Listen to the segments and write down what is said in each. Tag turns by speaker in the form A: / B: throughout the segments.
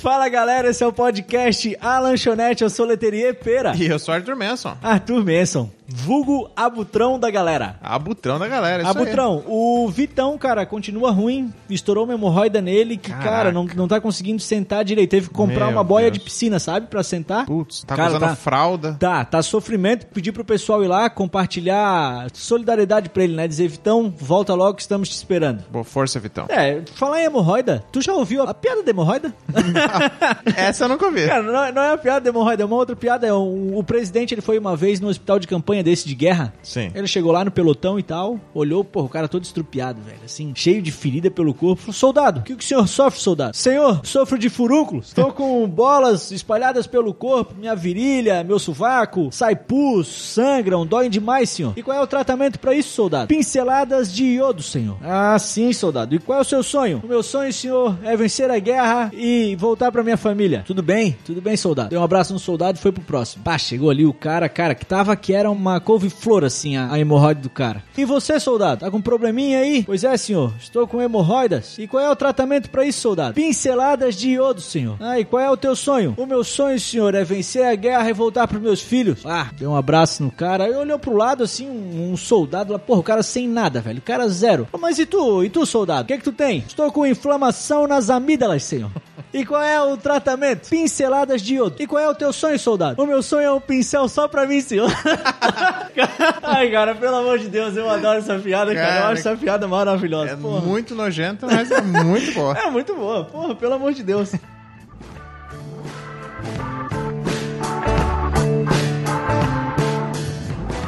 A: Fala galera, esse é o podcast A Lanchonete, eu sou Leterier Pera.
B: E eu sou Arthur Manson.
A: Arthur Manson, vulgo Abutrão da galera.
B: Abutrão da galera, É isso aí.
A: Abutrão, o Vitão, cara, continua ruim, estourou uma hemorroida nele, que, cara,
B: Caraca.
A: não, não tá conseguindo sentar direito. Teve que comprar
B: Meu
A: uma boia
B: Deus.
A: de piscina, sabe, pra sentar.
B: Putz, tá
A: Cara,
B: usando
A: tá-
B: fralda.
A: Tá, tá sofrimento. Pedir pro pessoal ir lá, compartilhar solidariedade pra ele, né? Dizer, Vitão, volta logo que estamos te esperando.
B: Boa força, Vitão.
A: É, falar em hemorroida, tu já ouviu a piada da hemorroida?
B: Essa eu nunca vi.
A: Cara, não, é- não é a piada da hemorroida, é uma outra piada. É um- o presidente ele foi uma vez no hospital de campanha desse de guerra.
B: Sim.
A: Ele chegou lá no pelotão e tal, olhou, porra, o cara todo estrupiado, velho, assim, cheio de ferida pelo corpo. Falou, soldado, o que, que o senhor sofre, soldado? Senhor, sofro de furúnculos. Estou com bolas espalhadas pelo corpo, minha virilha, meu sovaco, sai pus, sangram, doem demais, senhor. E qual é o tratamento pra isso, soldado? Pinceladas de iodo, senhor. Ah, sim, soldado. E qual é o seu sonho? O meu sonho, senhor, é vencer a guerra e voltar pra minha família. Tudo bem? Tudo bem, soldado. Deu um abraço no soldado e foi pro próximo. Pá, chegou ali o cara, cara, que tava que era uma couve-flor, assim, a, a hemorroide do cara. E você, soldado? Tá com um probleminha aí? Pois é, senhor. Estou com hemorroidas. E qual é o tratamento pra isso, soldado? Pinceladas de iodo, senhor. Ah, e qual é o teu sonho? O meu sonho, senhor, é vencer a guerra e voltar pros meus filhos. Ah, deu um abraço no cara. Aí olhou pro lado, assim, um, um soldado lá. Porra, o cara sem nada, velho. O cara zero. "Ah, Mas e tu? E tu, soldado? O que é que tu tem? Estou com inflamação nas amígdalas, senhor. E qual é o tratamento? Pinceladas de iodo. E qual é o teu sonho, soldado? O meu sonho é um pincel só pra mim, senhor. Ai, cara, pelo amor de Deus, eu adoro essa piada, cara. Eu
B: Cara,
A: acho essa piada maravilhosa.
B: É
A: porra.
B: muito nojenta, mas é muito boa.
A: é muito boa. Porra, pelo amor de Deus.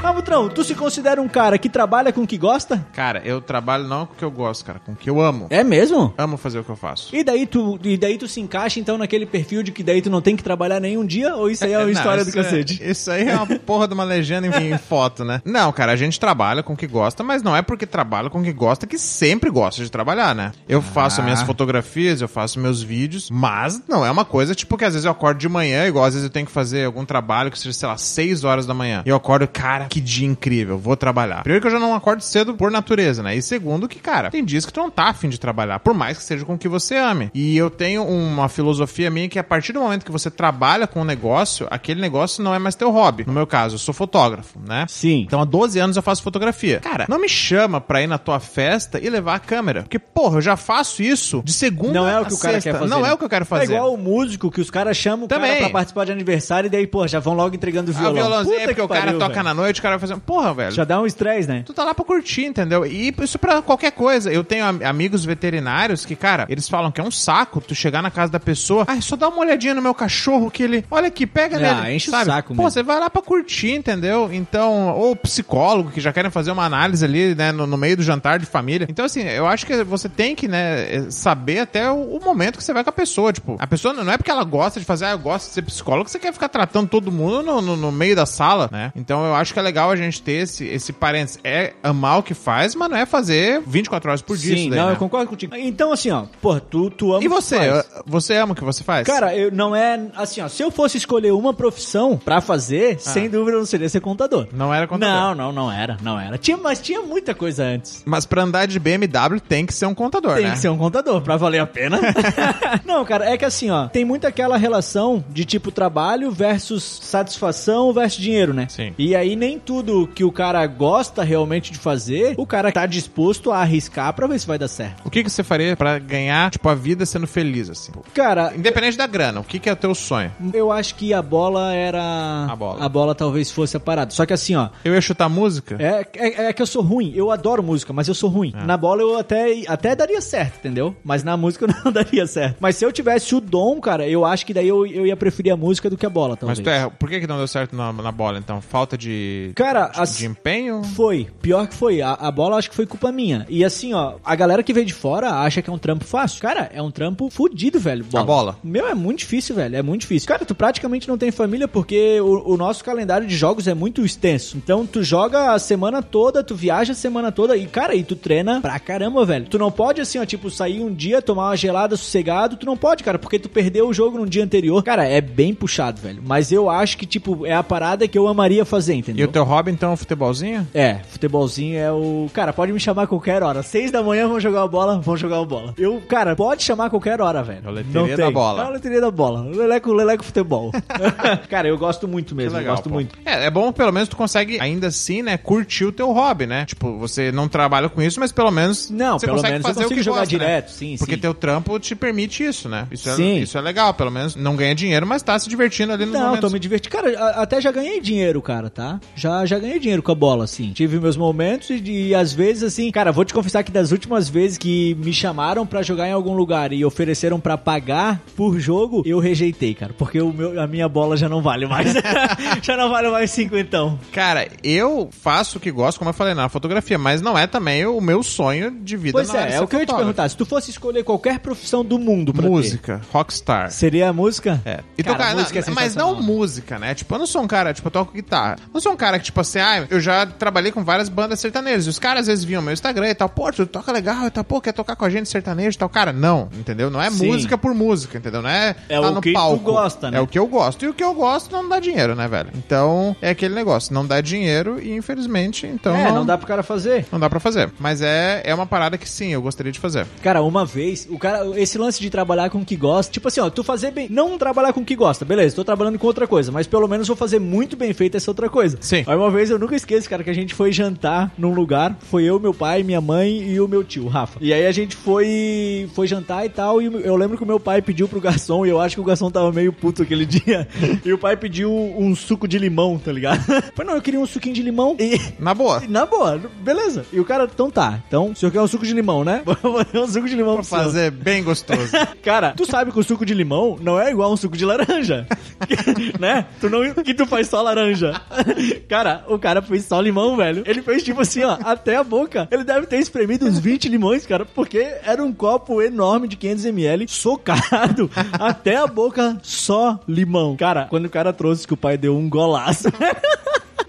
A: Ah, Butrão, tu se considera um cara que trabalha com o que gosta?
B: Cara, eu trabalho não com o que eu gosto, cara, com o que eu amo.
A: É mesmo?
B: Amo fazer o que eu faço.
A: E daí, tu, e daí tu se encaixa então naquele perfil de que daí tu não tem que trabalhar nenhum dia? Ou isso aí é uma
B: Não,
A: história do
B: isso é-
A: cacete?
B: isso aí é uma porra de uma legenda em, em foto, né? Não, cara, a gente trabalha com o que gosta, mas não é porque trabalha com o que gosta que sempre gosta de trabalhar, né?
A: Ah.
B: Eu faço minhas fotografias, eu faço meus vídeos, mas não é uma coisa tipo que às vezes eu acordo de manhã, igual às vezes eu tenho que fazer algum trabalho que seja, sei lá, 6 horas da manhã. E eu acordo, cara, que dia incrível, vou trabalhar. Primeiro que eu já não acordo cedo por natureza, né? E segundo que, cara, tem dias que tu não tá afim de trabalhar, por mais que seja com o que você ame. E eu tenho uma filosofia minha que a partir do momento que você trabalha com um negócio, aquele negócio não é mais teu hobby. No meu caso, eu sou fotógrafo, né?
A: Sim.
B: Então há 12 anos eu faço fotografia. Cara, não me chama pra ir na tua festa e levar a câmera. Porque, porra, eu já faço isso de segunda
A: Não é o
B: a
A: que o cara
B: sexta.
A: quer fazer.
B: Não
A: né?
B: é o que eu quero fazer.
A: É igual o músico que os caras chamam o cara
B: Também.
A: pra participar de aniversário e daí, pô, já vão logo entregando o
B: Ah,
A: violão.
B: o violãozinho
A: Puta
B: é porque
A: que
B: o cara
A: pariu,
B: toca
A: velho.
B: na noite, o cara vai fazer. Porra, velho.
A: Já dá um estresse, né?
B: Tu tá lá pra curtir, entendeu? E isso pra qualquer coisa. Eu tenho am- amigos veterinários que, cara, eles falam que é um saco tu chegar na casa da pessoa, ai, só dá uma olhadinha no meu cachorro que ele, olha aqui, pega
A: Ah,
B: nele.
A: enche o saco
B: Pô,
A: mesmo.
B: você vai lá pra curtir, entendeu? Então, ou psicólogo que já querem fazer uma análise ali, né, no, no meio do jantar de família. Então, assim, eu acho que você tem que, né, saber até o, o momento que você vai com a pessoa. Tipo, a pessoa não não é porque ela gosta de fazer, ah, eu gosto de ser psicólogo, que você quer ficar tratando todo mundo no, no- no meio da sala, né? Então, eu acho que é legal a gente ter esse, esse parênteses. É amar o que faz, mas não é fazer 24 horas por dia.
A: Sim,
B: isso daí,
A: não,
B: né?
A: eu concordo contigo. Então, assim, ó, pô, tu, tu ama
B: E
A: o que
B: você?
A: faz.
B: Você ama o que você faz?
A: Cara, eu não é assim, ó. Se eu fosse escolher uma profissão pra fazer, sem dúvida eu não seria ser contador.
B: Ah. Não era contador.
A: Não, não, não era, não era. Tinha, mas tinha muita coisa antes.
B: Mas pra andar de BMW tem que ser um contador,
A: Tem
B: né?
A: que ser um contador pra valer a pena. não, cara, é que assim, ó, tem muito aquela relação de tipo trabalho versus satisfação versus dinheiro, né?
B: Sim.
A: E aí nem tudo que o cara gosta realmente de fazer, o cara tá disposto a arriscar pra ver se vai dar certo.
B: O que, que você faria pra ganhar, tipo, a vida sendo feliz, assim?
A: Cara,
B: Independente da grana, o que, que é o teu sonho?
A: eu acho que a bola era
B: A bola.
A: A bola talvez fosse a parada. Só que assim, ó,
B: Eu ia chutar música?
A: É, é, é que eu sou ruim, eu adoro música, mas eu sou ruim.
B: É.
A: Na bola eu até, até daria certo, entendeu? Mas na música eu não daria certo. Mas se eu tivesse o dom, cara, eu acho que daí eu, eu ia preferir a música do que a bola, talvez.
B: Mas tu é, por que, que não deu certo na, na bola, então? Falta de.
A: Cara,
B: de,
A: as-
B: de empenho?
A: Foi, pior que foi. A, a bola acho que foi culpa minha. E assim, ó, a galera que veio de fora acha que é um trampo fácil. Cara, é um trampo fudido, velho. Bola.
B: A bola.
A: Meu, é muito difícil, velho. É muito difícil. Cara, tu praticamente não tem família porque o, o nosso calendário de jogos é muito extenso. Então tu joga a semana toda, tu viaja a semana toda e, cara, e tu treina pra caramba, velho. Tu não pode, assim, ó, tipo, sair um dia, tomar uma gelada sossegado. Tu não pode, cara, porque tu perdeu o jogo no dia anterior. Cara, é bem puxado, velho. Mas eu acho que, tipo, é a parada que eu amaria fazer, entendeu?
B: E o teu teu hobby, então, é o futebolzinho?
A: É, futebolzinho é o. Cara, pode me chamar a qualquer hora. Seis da manhã vão jogar a bola, vão jogar a bola. Eu, cara, pode chamar a qualquer hora, velho.
B: É a loteria da bola.
A: É a loteria da bola. Leleco, leleco futebol. cara, eu gosto muito mesmo, eu gosto
B: pô.
A: muito.
B: É, é bom, pelo menos, tu consegue, ainda assim, né, curtir o teu hobby, né? Tipo, você não trabalha com isso, mas pelo menos.
A: Não,
B: você
A: pelo
B: consegue
A: menos eu
B: fazer o
A: consigo
B: que
A: jogar
B: gosta, né?
A: direto, sim,
B: Porque
A: sim.
B: teu trampo te permite isso, né? Isso é,
A: Sim.
B: isso é legal, pelo menos não ganha dinheiro, mas tá se divertindo ali no
A: Não,
B: momento.
A: tô me divertindo. Cara, a- até já ganhei dinheiro, cara, tá? Já, já ganhei dinheiro com a bola, assim. Tive meus momentos e, de- e às vezes, assim, cara, vou te confessar que das últimas vezes que me chamaram pra jogar em algum lugar e ofereceram pra pagar por jogo, eu rejeitei, cara. Porque o meu, a minha bola já não vale mais. já não vale mais cinco, então.
B: Cara, eu faço o que gosto, como eu falei, na fotografia, mas não é também o meu sonho de vida
A: Pois
B: na área
A: é,
B: de
A: é
B: ser
A: o que eu ia te
B: fotógrafo.
A: perguntar. Se tu fosse escolher qualquer profissão do mundo pra ter,
B: Música, rockstar.
A: seria a música?
B: É. E
A: Cara,
B: tocar,
A: música é
B: não, mas não
A: sensacional, né?
B: música, né? Tipo, eu não sou um cara, tipo, eu toco guitarra. Não sou um cara que, tipo assim, ah, eu já trabalhei com várias bandas sertanejas. E os caras às vezes viam meu Instagram e tal, pô, tu toca legal e tal, pô, quer tocar com a gente sertanejo e tal. Cara, não, entendeu? Não é
A: Sim.
B: música por música, entendeu? Não é,
A: É o que tu gosta, né?
B: É o que eu gosto. E o que eu gosto não dá dinheiro, né, velho? Então, é aquele negócio, não dá dinheiro e infelizmente, então.
A: É, não dá pro cara fazer.
B: Não dá pra fazer. Mas é, é uma parada que sim, eu gostaria de fazer.
A: Cara, uma vez, o cara, esse lance de trabalhar com o que gosta, tipo assim, ó, tu fazer bem, não trabalhar com o que gosta, beleza, tô trabalhando com outra coisa, mas pelo menos vou fazer muito bem feito essa outra coisa.
B: Sim.
A: Aí uma vez eu nunca esqueço, cara, que a gente foi jantar num lugar, foi eu, meu pai, minha mãe e o meu tio, o Rafa. E aí a gente foi foi jantar e tal, e eu lembro que o meu pai pediu pro garçom, e eu acho que o garçom tava meio puto aquele dia, e o pai pediu um suco de limão, tá ligado? Falei, não, eu queria um suquinho de limão e
B: Na boa.
A: na boa, beleza. E o cara, então tá. Então, o senhor quer um suco de limão, né? Vou dar um suco de limão pra fazer.
B: Fazer bem gostoso.
A: Cara, tu sabe que o suco de limão não é igual um suco de laranja. né? Tu não, que tu faz só laranja. cara, o cara fez só limão, velho. Ele fez tipo assim, ó, até a boca. Ele deve ter espremido uns 20 limões, cara, porque era um copo enorme de 500ml, socado até a boca, só limão. Cara, quando o cara trouxe que o pai deu um golaço.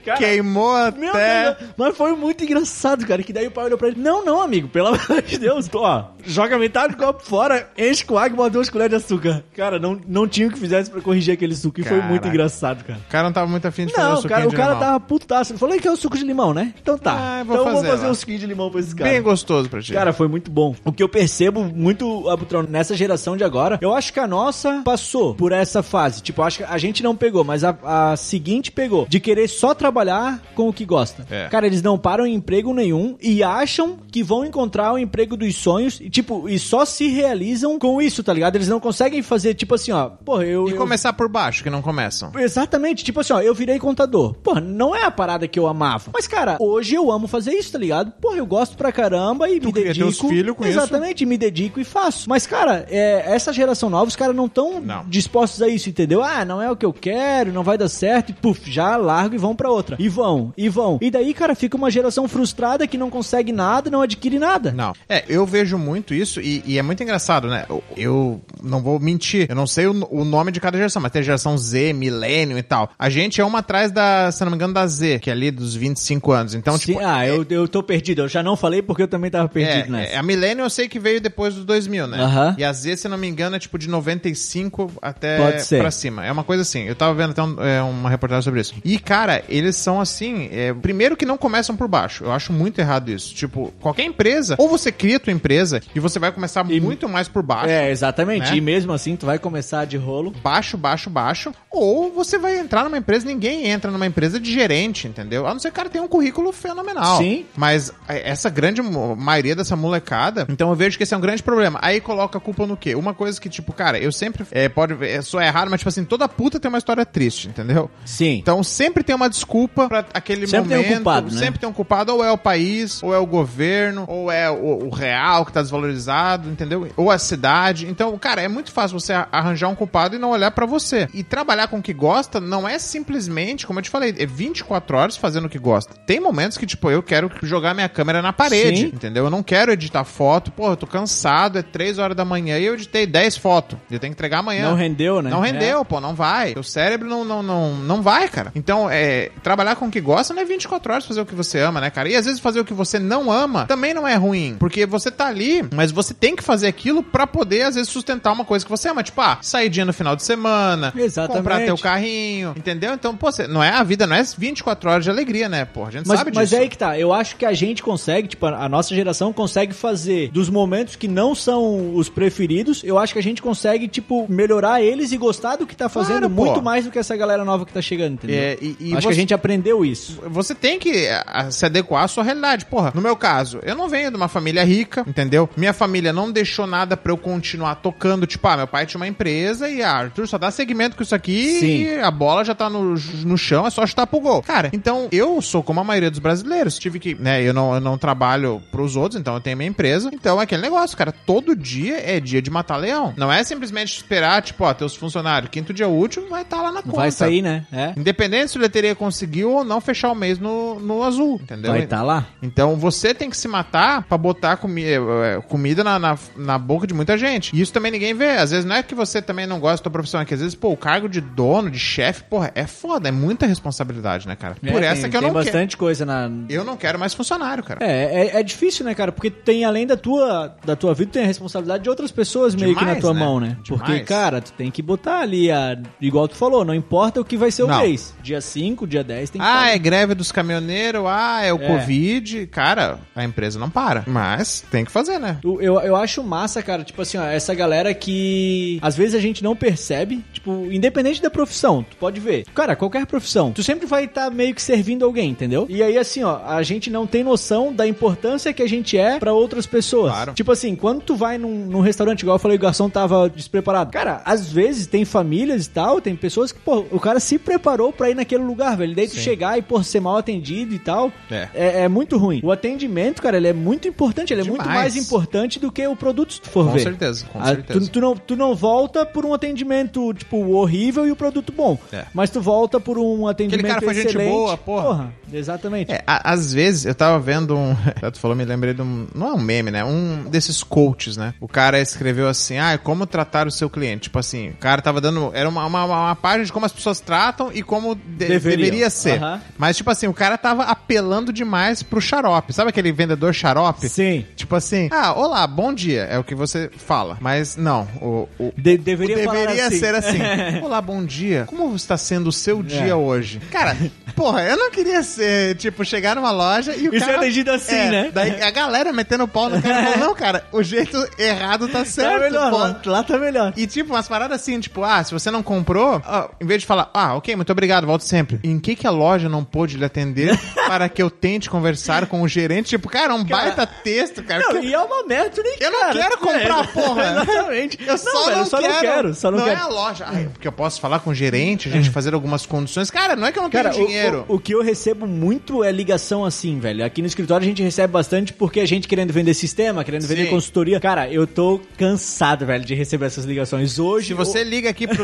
A: Cara,
B: Queimou
A: meu
B: até.
A: Deus, mas foi muito engraçado, cara. Que daí o pai olhou pra ele: Não, não, amigo, pelo amor de Deus. Ó, joga metade do copo fora, enche com água e bota duas colheres de açúcar. Cara, não, não tinha o que fizesse pra corrigir aquele suco. E foi muito
B: Caraca.
A: engraçado, cara.
B: O cara não tava muito afim de fazer um
A: Não,
B: suquinho
A: cara, o
B: de
A: cara
B: limão.
A: tava putaço. Ele falou que é o suco de limão, né? Então tá.
B: Ah, eu vou
A: então eu vou
B: fazer
A: fazer
B: lá.
A: um suquinho de limão pra esse cara.
B: bem gostoso pra ti.
A: Cara, foi muito bom. O que eu percebo muito, Abutrão, nessa geração de agora, eu acho que a nossa passou por essa fase. Tipo, eu acho que a gente não pegou, mas a, a seguinte pegou. De querer só trabalhar com o que gosta.
B: É.
A: Cara, eles não param em emprego nenhum e acham que vão encontrar o emprego dos sonhos e, tipo, e só se realizam com isso, tá ligado? Eles não conseguem fazer, tipo assim, ó, porra, eu.
B: e é
A: eu-
B: começar por baixo, que não começam.
A: Exatamente, tipo assim, ó, eu virei contador. Porra, não é a parada que eu amava. Mas, cara, hoje eu amo fazer isso, tá ligado? Porra, eu gosto pra caramba e me
B: cria
A: dedico.
B: teus filhos com isso?
A: Exatamente, me dedico e faço. Mas, cara, é, essa geração nova, os caras não estão
B: Não.
A: dispostos a isso, entendeu? Ah, não é o que eu quero, não vai dar certo, e puf, já largo e vão pra outra. E vão, e vão. E daí, cara, fica uma geração frustrada que não consegue nada, não adquire nada.
B: Não. É, eu vejo muito isso e, e é muito engraçado, né? Eu, eu não vou mentir, eu não sei o, o nome de cada geração, mas tem geração Z, milênio e tal. A gente é uma atrás da, se não me engano, da Z, que é ali dos 25 anos. Então,
A: Sim,
B: tipo,
A: ah, eu, eu tô perdido. Eu já não falei porque eu também tava perdido
B: É,
A: nessa.
B: é, a Millennium eu sei que veio depois dos 2000, né?
A: Aham.
B: E a Z, se não me engano, é tipo de 95 até
A: Pode ser.
B: pra cima. É uma coisa assim. Eu tava vendo até um- é, uma reportagem sobre isso. E, cara, eles são assim. é, primeiro que não começam por baixo. Eu acho muito errado isso. Tipo, qualquer empresa, ou você cria a tua empresa e você vai começar muito mais por baixo.
A: É, exatamente.
B: né?
A: E mesmo assim, tu vai começar de rolo.
B: Baixo, baixo, baixo. Ou você vai entrar numa empresa, ninguém entra numa empresa de gerente, entendeu? A não ser que o cara tenha um currículo fenomenal.
A: Sim.
B: Mas é, essa grande mo- maioria dessa molecada, então eu vejo que esse é um grande problema. Aí coloca a culpa no quê? Uma coisa que, tipo, cara, eu sempre. É, pode ver, é, só é raro, mas, tipo assim, toda puta tem uma história triste, entendeu?
A: Sim.
B: Então sempre tem uma desculpa pra aquele
A: Sempre tem um
B: momento.
A: culpado, né?
B: Sempre tem um culpado, ou é o país, ou é o governo, ou é o, o real que tá desvalorizado, entendeu? Ou a cidade. Então, cara, é muito fácil você a- arranjar um culpado e não olhar pra você. E trabalhar com o que gosta não é simplesmente, como eu te falei, é 24 horas fazendo o que gosta. Tem momentos que, tipo, eu quero jogar minha câmera na parede,
A: Sim.
B: entendeu? Eu não quero editar foto, porra, eu tô cansado, é 3 horas da manhã e eu editei 10 fotos. Eu tenho que entregar amanhã.
A: Não rendeu, né?
B: É. Não
A: É.
B: rendeu, pô, não vai. O cérebro não, não, não, não vai, cara. Então, é, trabalhar com o que gosta não é 24 horas fazer o que você ama, né, cara? E às vezes fazer o que você não ama também não é ruim. Porque você tá ali, mas você tem que fazer aquilo pra poder, às vezes, sustentar uma coisa que você ama. Tipo, ah, saidinha no final de semana,
A: Exatamente.
B: comprar teu carrinho, entendeu? Então, pô, você- não é a vida, não é 24 horas de alegria, né, pô? A gente
A: Mas,
B: sabe disso.
A: mas é aí que tá. Eu acho que a gente consegue, tipo, a a nossa geração consegue fazer dos momentos que não são os preferidos, eu acho que a gente consegue, tipo, melhorar eles e gostar do que tá fazendo
B: Claro, pô.
A: muito mais do que essa galera nova que tá chegando, entendeu?
B: É, e- e
A: acho
B: você-
A: que a gente aprendeu isso.
B: Você tem que eh, a, se adequar à sua realidade. Porra, no meu caso, eu não venho de uma família rica, entendeu? Minha família não deixou nada pra eu continuar tocando. Tipo, ah, meu pai tinha uma empresa e ah, Arthur só dá segmento com isso aqui
A: Sim.
B: e a bola já tá no, no chão, é só chutar pro gol. Cara, então eu sou como a maioria dos brasileiros. Tive que, né, eu não, eu não trabalho pros outros, então eu tenho minha empresa. Então é aquele negócio, cara. Todo dia é dia de matar leão. Não é simplesmente esperar, tipo, ó, teus funcionários, quinto dia útil, vai tá- estar lá na
A: Não
B: conta.
A: vai sair, né? É.
B: Independente se a bilheteria conseguiu ou não fechar o mês no, no azul, entendeu?
A: Vai tá. estar lá.
B: Então você tem que se matar pra botar comi eh, eh, comida na, na, na boca de muita gente. E isso também ninguém vê. Às vezes não é que você também não gosta da tua profissão, é que às vezes, pô, o cargo de dono, de chefe, porra, é foda, é muita responsabilidade, né, cara? Por
A: É,
B: essa
A: tem,
B: que eu
A: tem
B: não quero.
A: bastante coisa na.
B: Eu não quero mais funcionário, cara.
A: É, é, é difícil, né, cara? Porque tem, além da tua, da tua vida, tem a responsabilidade de outras pessoas meio que na
B: Demais,
A: tua
B: né?
A: mão, né?
B: Demais.
A: Porque, cara, tu tem que botar ali a. Igual tu falou, não importa o que vai ser o
B: Não.
A: mês. Dia 5, dia 10, tem que tá
B: Ah,
A: estar-
B: é greve dos caminhoneiros, ah, é o
A: É.
B: Covid. Cara, a empresa não para. Mas tem que fazer, né?
A: Eu, eu, eu acho massa, cara, tipo assim, ó, essa galera que às vezes a gente não percebe, tipo, independente da profissão, tu pode ver. Cara, qualquer profissão, tu sempre vai estar meio que servindo alguém, entendeu? E aí, assim, ó, a gente não tem noção da importância que a gente é pra outras pessoas.
B: Claro.
A: Tipo assim, quando tu vai num, num restaurante, igual eu falei, o garçom tava despreparado. Cara, às vezes tem famílias e tal, tem pessoas que, pô, o cara se preparou pra ir naquele lugar, velho. Daí tu chegar e, pô, ser mal atendido e tal.
B: É.
A: É, é muito ruim. O atendimento, cara, ele é muito importante, ele é muito
B: Demais.
A: mais importante do que o produto se tu for
B: Com
A: ver.
B: certeza, com
A: Ah,
B: certeza.
A: Tu, tu não, tu não volta por um atendimento, tipo, horrível e o produto bom.
B: É.
A: Mas tu volta por um atendimento
B: cara foi gente
A: excelente.
B: boa, porra.
A: exatamente.
B: É, a- às vezes, eu tava vendo um. Tu falou, me lembrei de um. Não é um meme, né? Um desses coaches, né? O cara escreveu assim: ah, como tratar o seu cliente. Tipo assim, o cara tava dando. Era uma, uma, uma página de como as pessoas tratam e como de-
A: Deveriam.
B: deveria ser.
A: Aham.
B: Mas, tipo assim, o cara tava apelando demais pro xarope. Sabe aquele vendedor xarope?
A: Sim.
B: Tipo assim, ah, olá, bom dia, é o que você fala. Mas não, o, o,
A: De- deveria falar
B: deveria
A: assim.
B: ser assim. Olá, bom dia. Como está sendo o seu dia
A: É.
B: hoje? Cara, porra, eu não queria ser, tipo, chegar numa loja e o
A: E ser
B: cara... É,
A: atendido assim, né?
B: Daí a galera metendo o pau no cara e falou, não, cara, o jeito errado tá certo,
A: tá melhor,
B: pô."
A: lá, lá tá melhor.
B: E tipo, umas paradas assim, tipo, ah, se você não comprou, ó, em vez de falar, ah, ok, muito obrigado, volto sempre. Em que que a loja não pôde lhe atender para que eu tente conversar com o gerente? Tipo, cara, um baita texto, cara.
A: Não,
B: que-
A: e é uma merda, tu nem
B: eu não
A: cara,
B: quero comprar,
A: é,
B: porra.
A: Exatamente.
B: Eu só,
A: velho,
B: não,
A: só
B: quero.
A: não quero. Só não,
B: não
A: quero. É.
B: é a loja. Ai, porque eu posso falar com o gerente, a gente fazer algumas condições. Cara, não é que eu não
A: Cara,
B: tenho
A: o,
B: dinheiro.
A: o- o que eu recebo muito é ligação assim, velho. Aqui no escritório a gente recebe bastante porque a gente querendo vender sistema, querendo vender
B: Sim.
A: consultoria. Cara, eu tô cansado, velho, de receber essas ligações. Hoje.
B: Se você liga aqui pro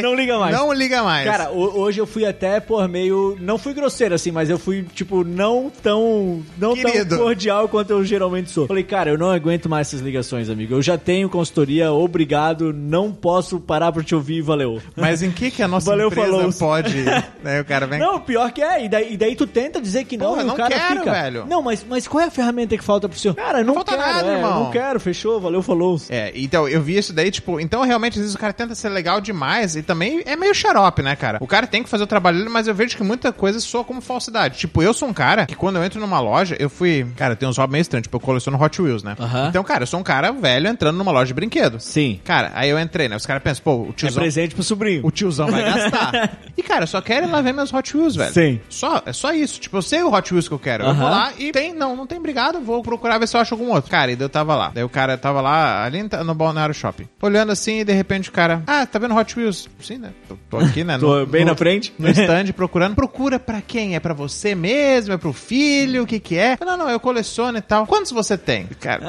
A: Não liga mais.
B: Não liga mais.
A: Cara, ho- hoje eu fui até por meio. Não fui grosseiro assim, mas eu fui, tipo, não tão. Não
B: Querido.
A: tão cordial quanto eu geralmente sou. Falei, cara, eu não aguento mais essas ligações, amigo. Eu já tenho consultoria, obrigado. Não posso parar pra te ouvir, valeu.
B: mas em que que a nossa
A: Valeu,
B: empresa
A: falou.
B: pode... né, o cara vem...
A: Não, pior que é. E daí, e daí tu tenta dizer que não
B: Porra,
A: e o
B: não
A: cara
B: quero,
A: fica.
B: velho.
A: Não, mas, mas qual é a ferramenta que falta pro senhor? Cara, não,
B: falta
A: quero,
B: nada,
A: é,
B: irmão.
A: Não quero, fechou, valeu, falou.
B: É, então, eu vi isso daí, tipo, então realmente às vezes o cara tenta ser legal demais e também é meio xarope, né, cara? O cara tem que fazer o trabalho dele, mas eu vejo que muita coisa soa como falsidade. Tipo, eu sou um cara que quando eu entro numa loja, eu fui. Cara, eu tenho uns hobbies meio estranhos, tipo, eu coleciono Hot Wheels, né?
A: Aham.
B: Então, cara, eu sou um cara velho entrando numa loja de brinquedos.
A: Sim.
B: Cara, aí eu entrei, né? Os caras pensam, pô, o
A: É
B: tiozão.
A: presente pro sobrinho.
B: O tiozão vai gastar. E, cara, eu só quero ir lá ver meus Hot Wheels, velho.
A: Sim.
B: Só, é só isso. Tipo, eu sei o Hot Wheels que eu quero. Eu vou
A: Aham.
B: lá e tem, não, não tem obrigado, vou procurar ver se eu acho algum outro. Cara, e daí eu tava lá. Daí o cara tava lá, ali no- no Balneário Shopping. Olhando assim e de repente o cara, ah, tá vendo Hot Wheels? Sim, né? Tô, tô aqui, né?
A: Tô
B: No-
A: bem
B: no-
A: na frente.
B: No stand procurando. Procura pra quem? É pra você mesmo? É pro filho? O que que é? Não, não, eu coleciono e tal. Quantos você tem? Cara,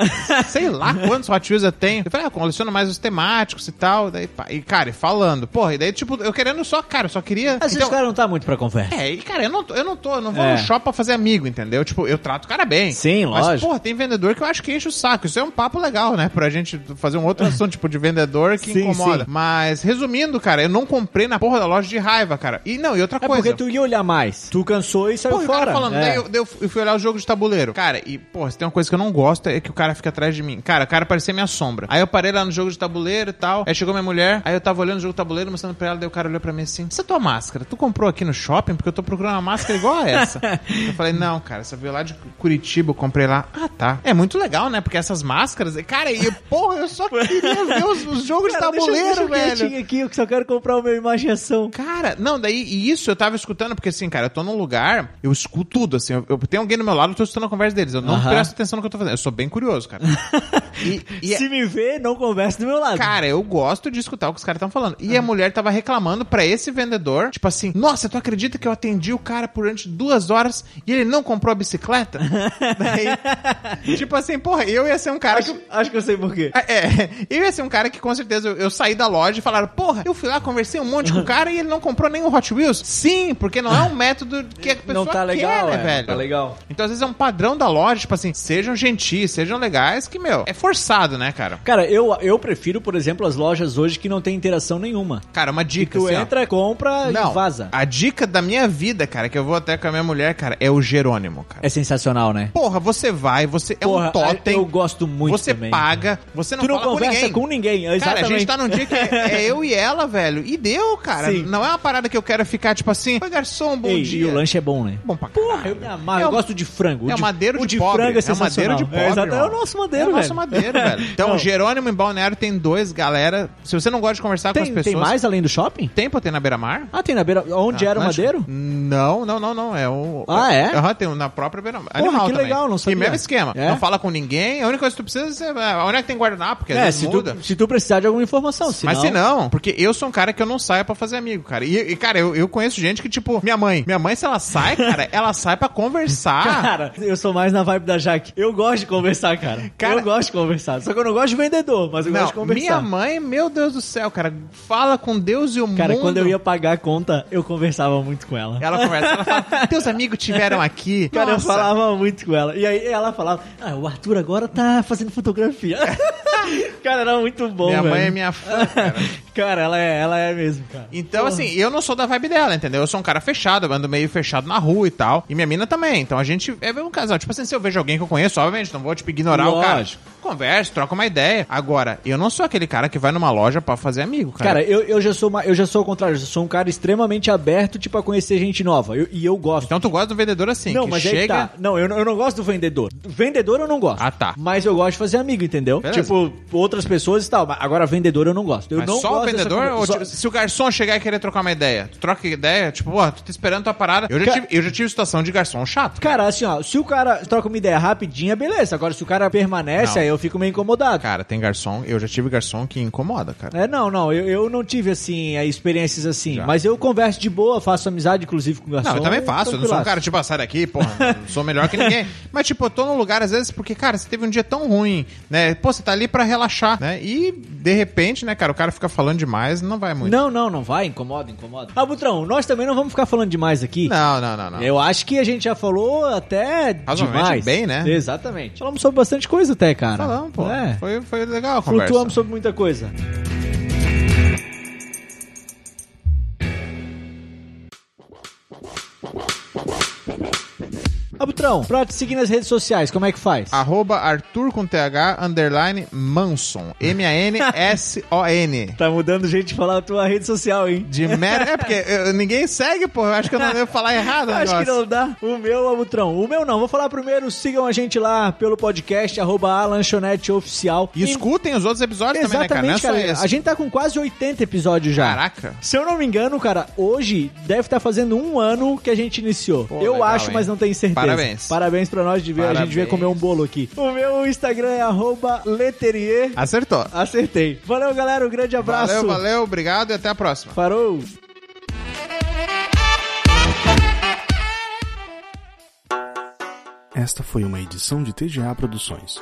B: sei lá quantos Hot Wheels eu tenho. Eu falei, ah, eu coleciono mais os temáticos e tal. Daí, pá, e, cara, e falando. Porra, e daí, tipo, eu querendo só, cara, eu só queria...
A: Às vezes o cara não tá muito pra conversa.
B: É, É, e cara, eu não, tô- eu não tô, eu não vou
A: É.
B: no shopping pra fazer amigo, entendeu? Tipo, eu trato o cara bem.
A: Sim,
B: Mas,
A: lógico.
B: porra, tem vendedor que eu acho que enche o saco. Isso é um papo legal, né? Pra gente fazer um outro assunto, tipo, de vendedor que
A: Sim,
B: incomoda.
A: sim.
B: Mas, resumindo, cara, eu não comprei na porra da loja de raiva, cara. E não, e outra
A: É
B: coisa.
A: porque tu ia olhar mais. Tu cansou e saiu
B: Porra, e o
A: fora.
B: cara falando,
A: É.
B: daí eu, daí eu fui olhar o jogo de tabuleiro. Cara, e, porra, se tem uma coisa que eu não gosto é que o cara fica atrás de mim. Cara, o cara parecia minha sombra. Aí eu parei lá no jogo de tabuleiro e tal. Aí chegou minha mulher, aí eu tava olhando o jogo de tabuleiro, mostrando pra ela, daí o cara olhou pra mim assim: Essa tua máscara, tu comprou aqui no shopping? Porque eu tô procurando uma máscara igual a essa. eu falei, não, cara, essa veio lá de Curitiba, eu comprei lá. Ah, tá. É muito legal, né? Porque essas máscaras. Cara, e porra, eu só queria ver os, os jogos
A: Cara,
B: de
A: deixa-
B: tabuleiro,
A: deixa eu
B: tá velho.
A: quietinho aqui, eu só quero comprar o meu imaginação.
B: Cara, não, daí e isso eu tava escutando, porque assim, cara, eu tô num lugar, eu escuto tudo, assim, eu, eu tenho alguém do meu lado, eu tô escutando a conversa deles, eu não
A: Aham.
B: presto atenção no que eu tô fazendo, eu sou bem curioso, cara. e, e é-
A: Se me vê, não conversa do meu lado.
B: cara, eu gosto de escutar o que os caras estão falando. E a mulher tava reclamando pra esse vendedor, tipo assim, nossa, tu acredita que eu atendi o cara durante duas horas e ele não comprou a bicicleta? daí, tipo assim, porra, eu ia ser um cara que...
A: acho, acho que eu sei por quê.
B: Ah, É, eu ia ser um cara que com certeza eu, eu saí da loja e falaram, porra, eu fui lá, conversei um monte com o cara e ele não comprou nem o Hot Wheels. Sim, porque não é um método que a
A: Ah.
B: pessoa
A: Não tá legal,
B: quer,
A: é,
B: né,
A: não
B: velho?
A: tá legal.
B: Então, às vezes, é um padrão da loja, tipo assim, sejam gentis, sejam legais, que, meu, é forçado, né, cara?
A: Cara, eu, eu prefiro, por exemplo, as lojas hoje que não tem interação nenhuma.
B: Cara, uma dica,
A: Tu
B: assim, ó.
A: entra, compra
B: Não,
A: e vaza.
B: a dica da minha vida, cara, que eu vou até com a minha mulher, cara, é o Jerônimo, cara.
A: É sensacional, né?
B: Porra, você vai, você é um
A: Porra,
B: totem.
A: eu gosto muito
B: Você
A: também.
B: paga, você não,
A: tu não
B: fala
A: conversa com ninguém,
B: Cara,
A: exatamente.
B: a gente tá num dia que é, é eu e ela, velho. E deu, cara.
A: Sim.
B: Não é uma parada que eu quero ficar, tipo assim, oi, garçom, bom
A: Ei,
B: dia.
A: E o lanche é bom, né?
B: Bom pra
A: Porra,
B: caralho.
A: eu me amarro,
B: É
A: eu
B: um-
A: gosto de frango. O
B: é um madeiro
A: o
B: de
A: de
B: pobre,
A: frango é
B: é um
A: sensacional.
B: madeiro de pobre,
A: É, exato,
B: irmão.
A: é o nosso madeiro,
B: é o
A: velho.
B: nosso madeiro, velho. Então,
A: Não.
B: Jerônimo em Balneário tem dois, galera. Se você não gosta de conversar Tá com as
A: Tem,
B: pessoas...
A: tem mais além do shopping?
B: Tem, pô, tem na beira-mar.
A: Ah, tem na beira. Onde
B: Na
A: era o
B: Atlântica.
A: madeiro?
B: Não, não, não, não. É o...
A: Ah, é?
B: Aham, tem um na própria beira-mar.
A: Porra, que legal, não sabia.
B: E mesmo esquema.
A: É?
B: Não fala com ninguém. A única coisa que tu precisa é... é, Onde é que tem guardanapo? Porque às
A: É,
B: vezes
A: se
B: muda.
A: tu, se tu precisar de alguma informação, se
B: Mas
A: não...
B: se não, porque eu sou um cara que eu não saio pra fazer amigo, cara. E, e, cara, eu, eu conheço gente que, tipo, minha mãe. Minha mãe, se ela sai, cara, ela sai pra conversar.
A: Cara, eu sou mais na vibe da Jaque. Eu gosto de conversar, cara.
B: Cara-
A: Eu gosto de conversar. Só que eu não gosto de vendedor, mas eu
B: não,
A: gosto de conversar.
B: minha mãe, meu Deus do céu, cara, fala com Deus e o mundo.
A: Cara, quando eu ia pagar a conta, eu conversava muito com ela.
B: Ela conversa, ela fala, teus amigos tiveram aqui.
A: Cara,
B: Nossa.
A: eu falava muito com ela. E aí ela falava, ah, o Arthur agora tá fazendo fotografia. cara, era muito bom,
B: Minha
A: velho.
B: mãe é minha fã, cara.
A: Cara, ela é, ela é mesmo, cara.
B: Então,
A: Porra.
B: assim, eu não sou da vibe dela, entendeu? Eu sou um cara fechado, eu ando meio fechado na rua e tal. E minha mina também. Então a gente é um casal. Tipo assim, se eu vejo alguém que eu conheço, obviamente, não vou tipo, ignorar o cara.
A: Lógico.
B: Converso, troca uma ideia. Agora, eu não sou aquele cara que vai numa loja pra fazer amigo, cara.
A: Cara, eu, eu, já sou uma- eu já sou o contrário, eu sou um cara extremamente aberto, tipo, a conhecer gente nova. Eu- e eu gosto.
B: então tu gosta do vendedor assim,
A: não,
B: que
A: mas aí que
B: chega.
A: tá. Não, eu, não- eu não gosto do vendedor. Vendedor eu não gosto.
B: Ah, tá.
A: Mas eu gosto de fazer amigo, entendeu?
B: Beleza.
A: Tipo, outras pessoas e tal. Mas agora, vendedor eu não gosto. Eu
B: Mas
A: não
B: só
A: gosto
B: o
A: dessa
B: vendedor?
A: conver-
B: Ou,
A: só-
B: tipo, se o garçom chegar e querer trocar uma ideia, tu troca ideia, tipo, ó, tu tá esperando tua parada. Eu já,
A: Cara-
B: tive, eu já tive situação de garçom chato.
A: Cara, assim, ó, se o cara troca uma ideia rapidinha, beleza. Agora, se o cara permanece,
B: Não.
A: aí eu fico meio incomodado.
B: Cara, tem garçom, eu já tive garçom que incomoda, cara.
A: É, não, não, eu, eu não tive, assim, eh, experiências assim.
B: Já.
A: Mas eu converso de boa, faço amizade, inclusive, com o garçom.
B: Não, eu também faço. Eu não sou um
A: tranquilaço.
B: cara, tipo, ah, sai daqui, porra, não sou melhor que ninguém. Mas, tipo, eu tô num lugar, às vezes, porque, cara, você teve um dia tão ruim, né? Pô, você tá ali pra relaxar, né? E, de repente, né, cara, o cara fica falando demais, não vai muito.
A: Não, não, não vai, incomoda, incomoda. Ah, Butrão, nós também não vamos ficar falando demais aqui.
B: Não, não, não, não.
A: Eu acho que a gente já falou até
B: Razoavelmente
A: demais.
B: bem, né?
A: Exatamente. Falamos sobre bastante coisa até, cara.
B: Falamos, Tá pô.
A: É.
B: Foi, foi legal a conversa.
A: Flutuamos sobre muita coisa. Ah, Butrão, pra te seguir nas redes sociais, como é que faz?
B: Arroba Arthur com TH, underline Manson. M-A-N-S-O-N.
A: Tá mudando o jeito de falar a tua rede social, hein?
B: De merda. É porque eu- ninguém segue, pô. Eu acho que eu não devo falar errado. o
A: Acho que
B: negócio.
A: não dá. O meu, Abutrão. O meu não. Vou falar primeiro. Sigam a gente lá pelo podcast, arroba a lanchonete oficial.
B: E escutem os outros episódios
A: Exatamente,
B: também, né, cara?
A: cara.
B: Não é só esse.
A: A gente tá com quase 80 episódios já.
B: Caraca.
A: Se eu não me engano, cara, hoje deve estar fazendo um ano que a gente iniciou.
B: Pô,
A: eu
B: legal,
A: acho,
B: hein?
A: mas não tenho certeza.
B: Parabéns.
A: Parabéns pra nós de ver. A gente
B: Parabéns.
A: devia comer um bolo aqui. O meu Instagram é arroba leterier.
B: Acertou.
A: Acertei. Valeu, galera. Um grande abraço.
B: Valeu, valeu, obrigado e até a próxima.
A: Parou.
C: Esta foi uma edição de TGA Produções.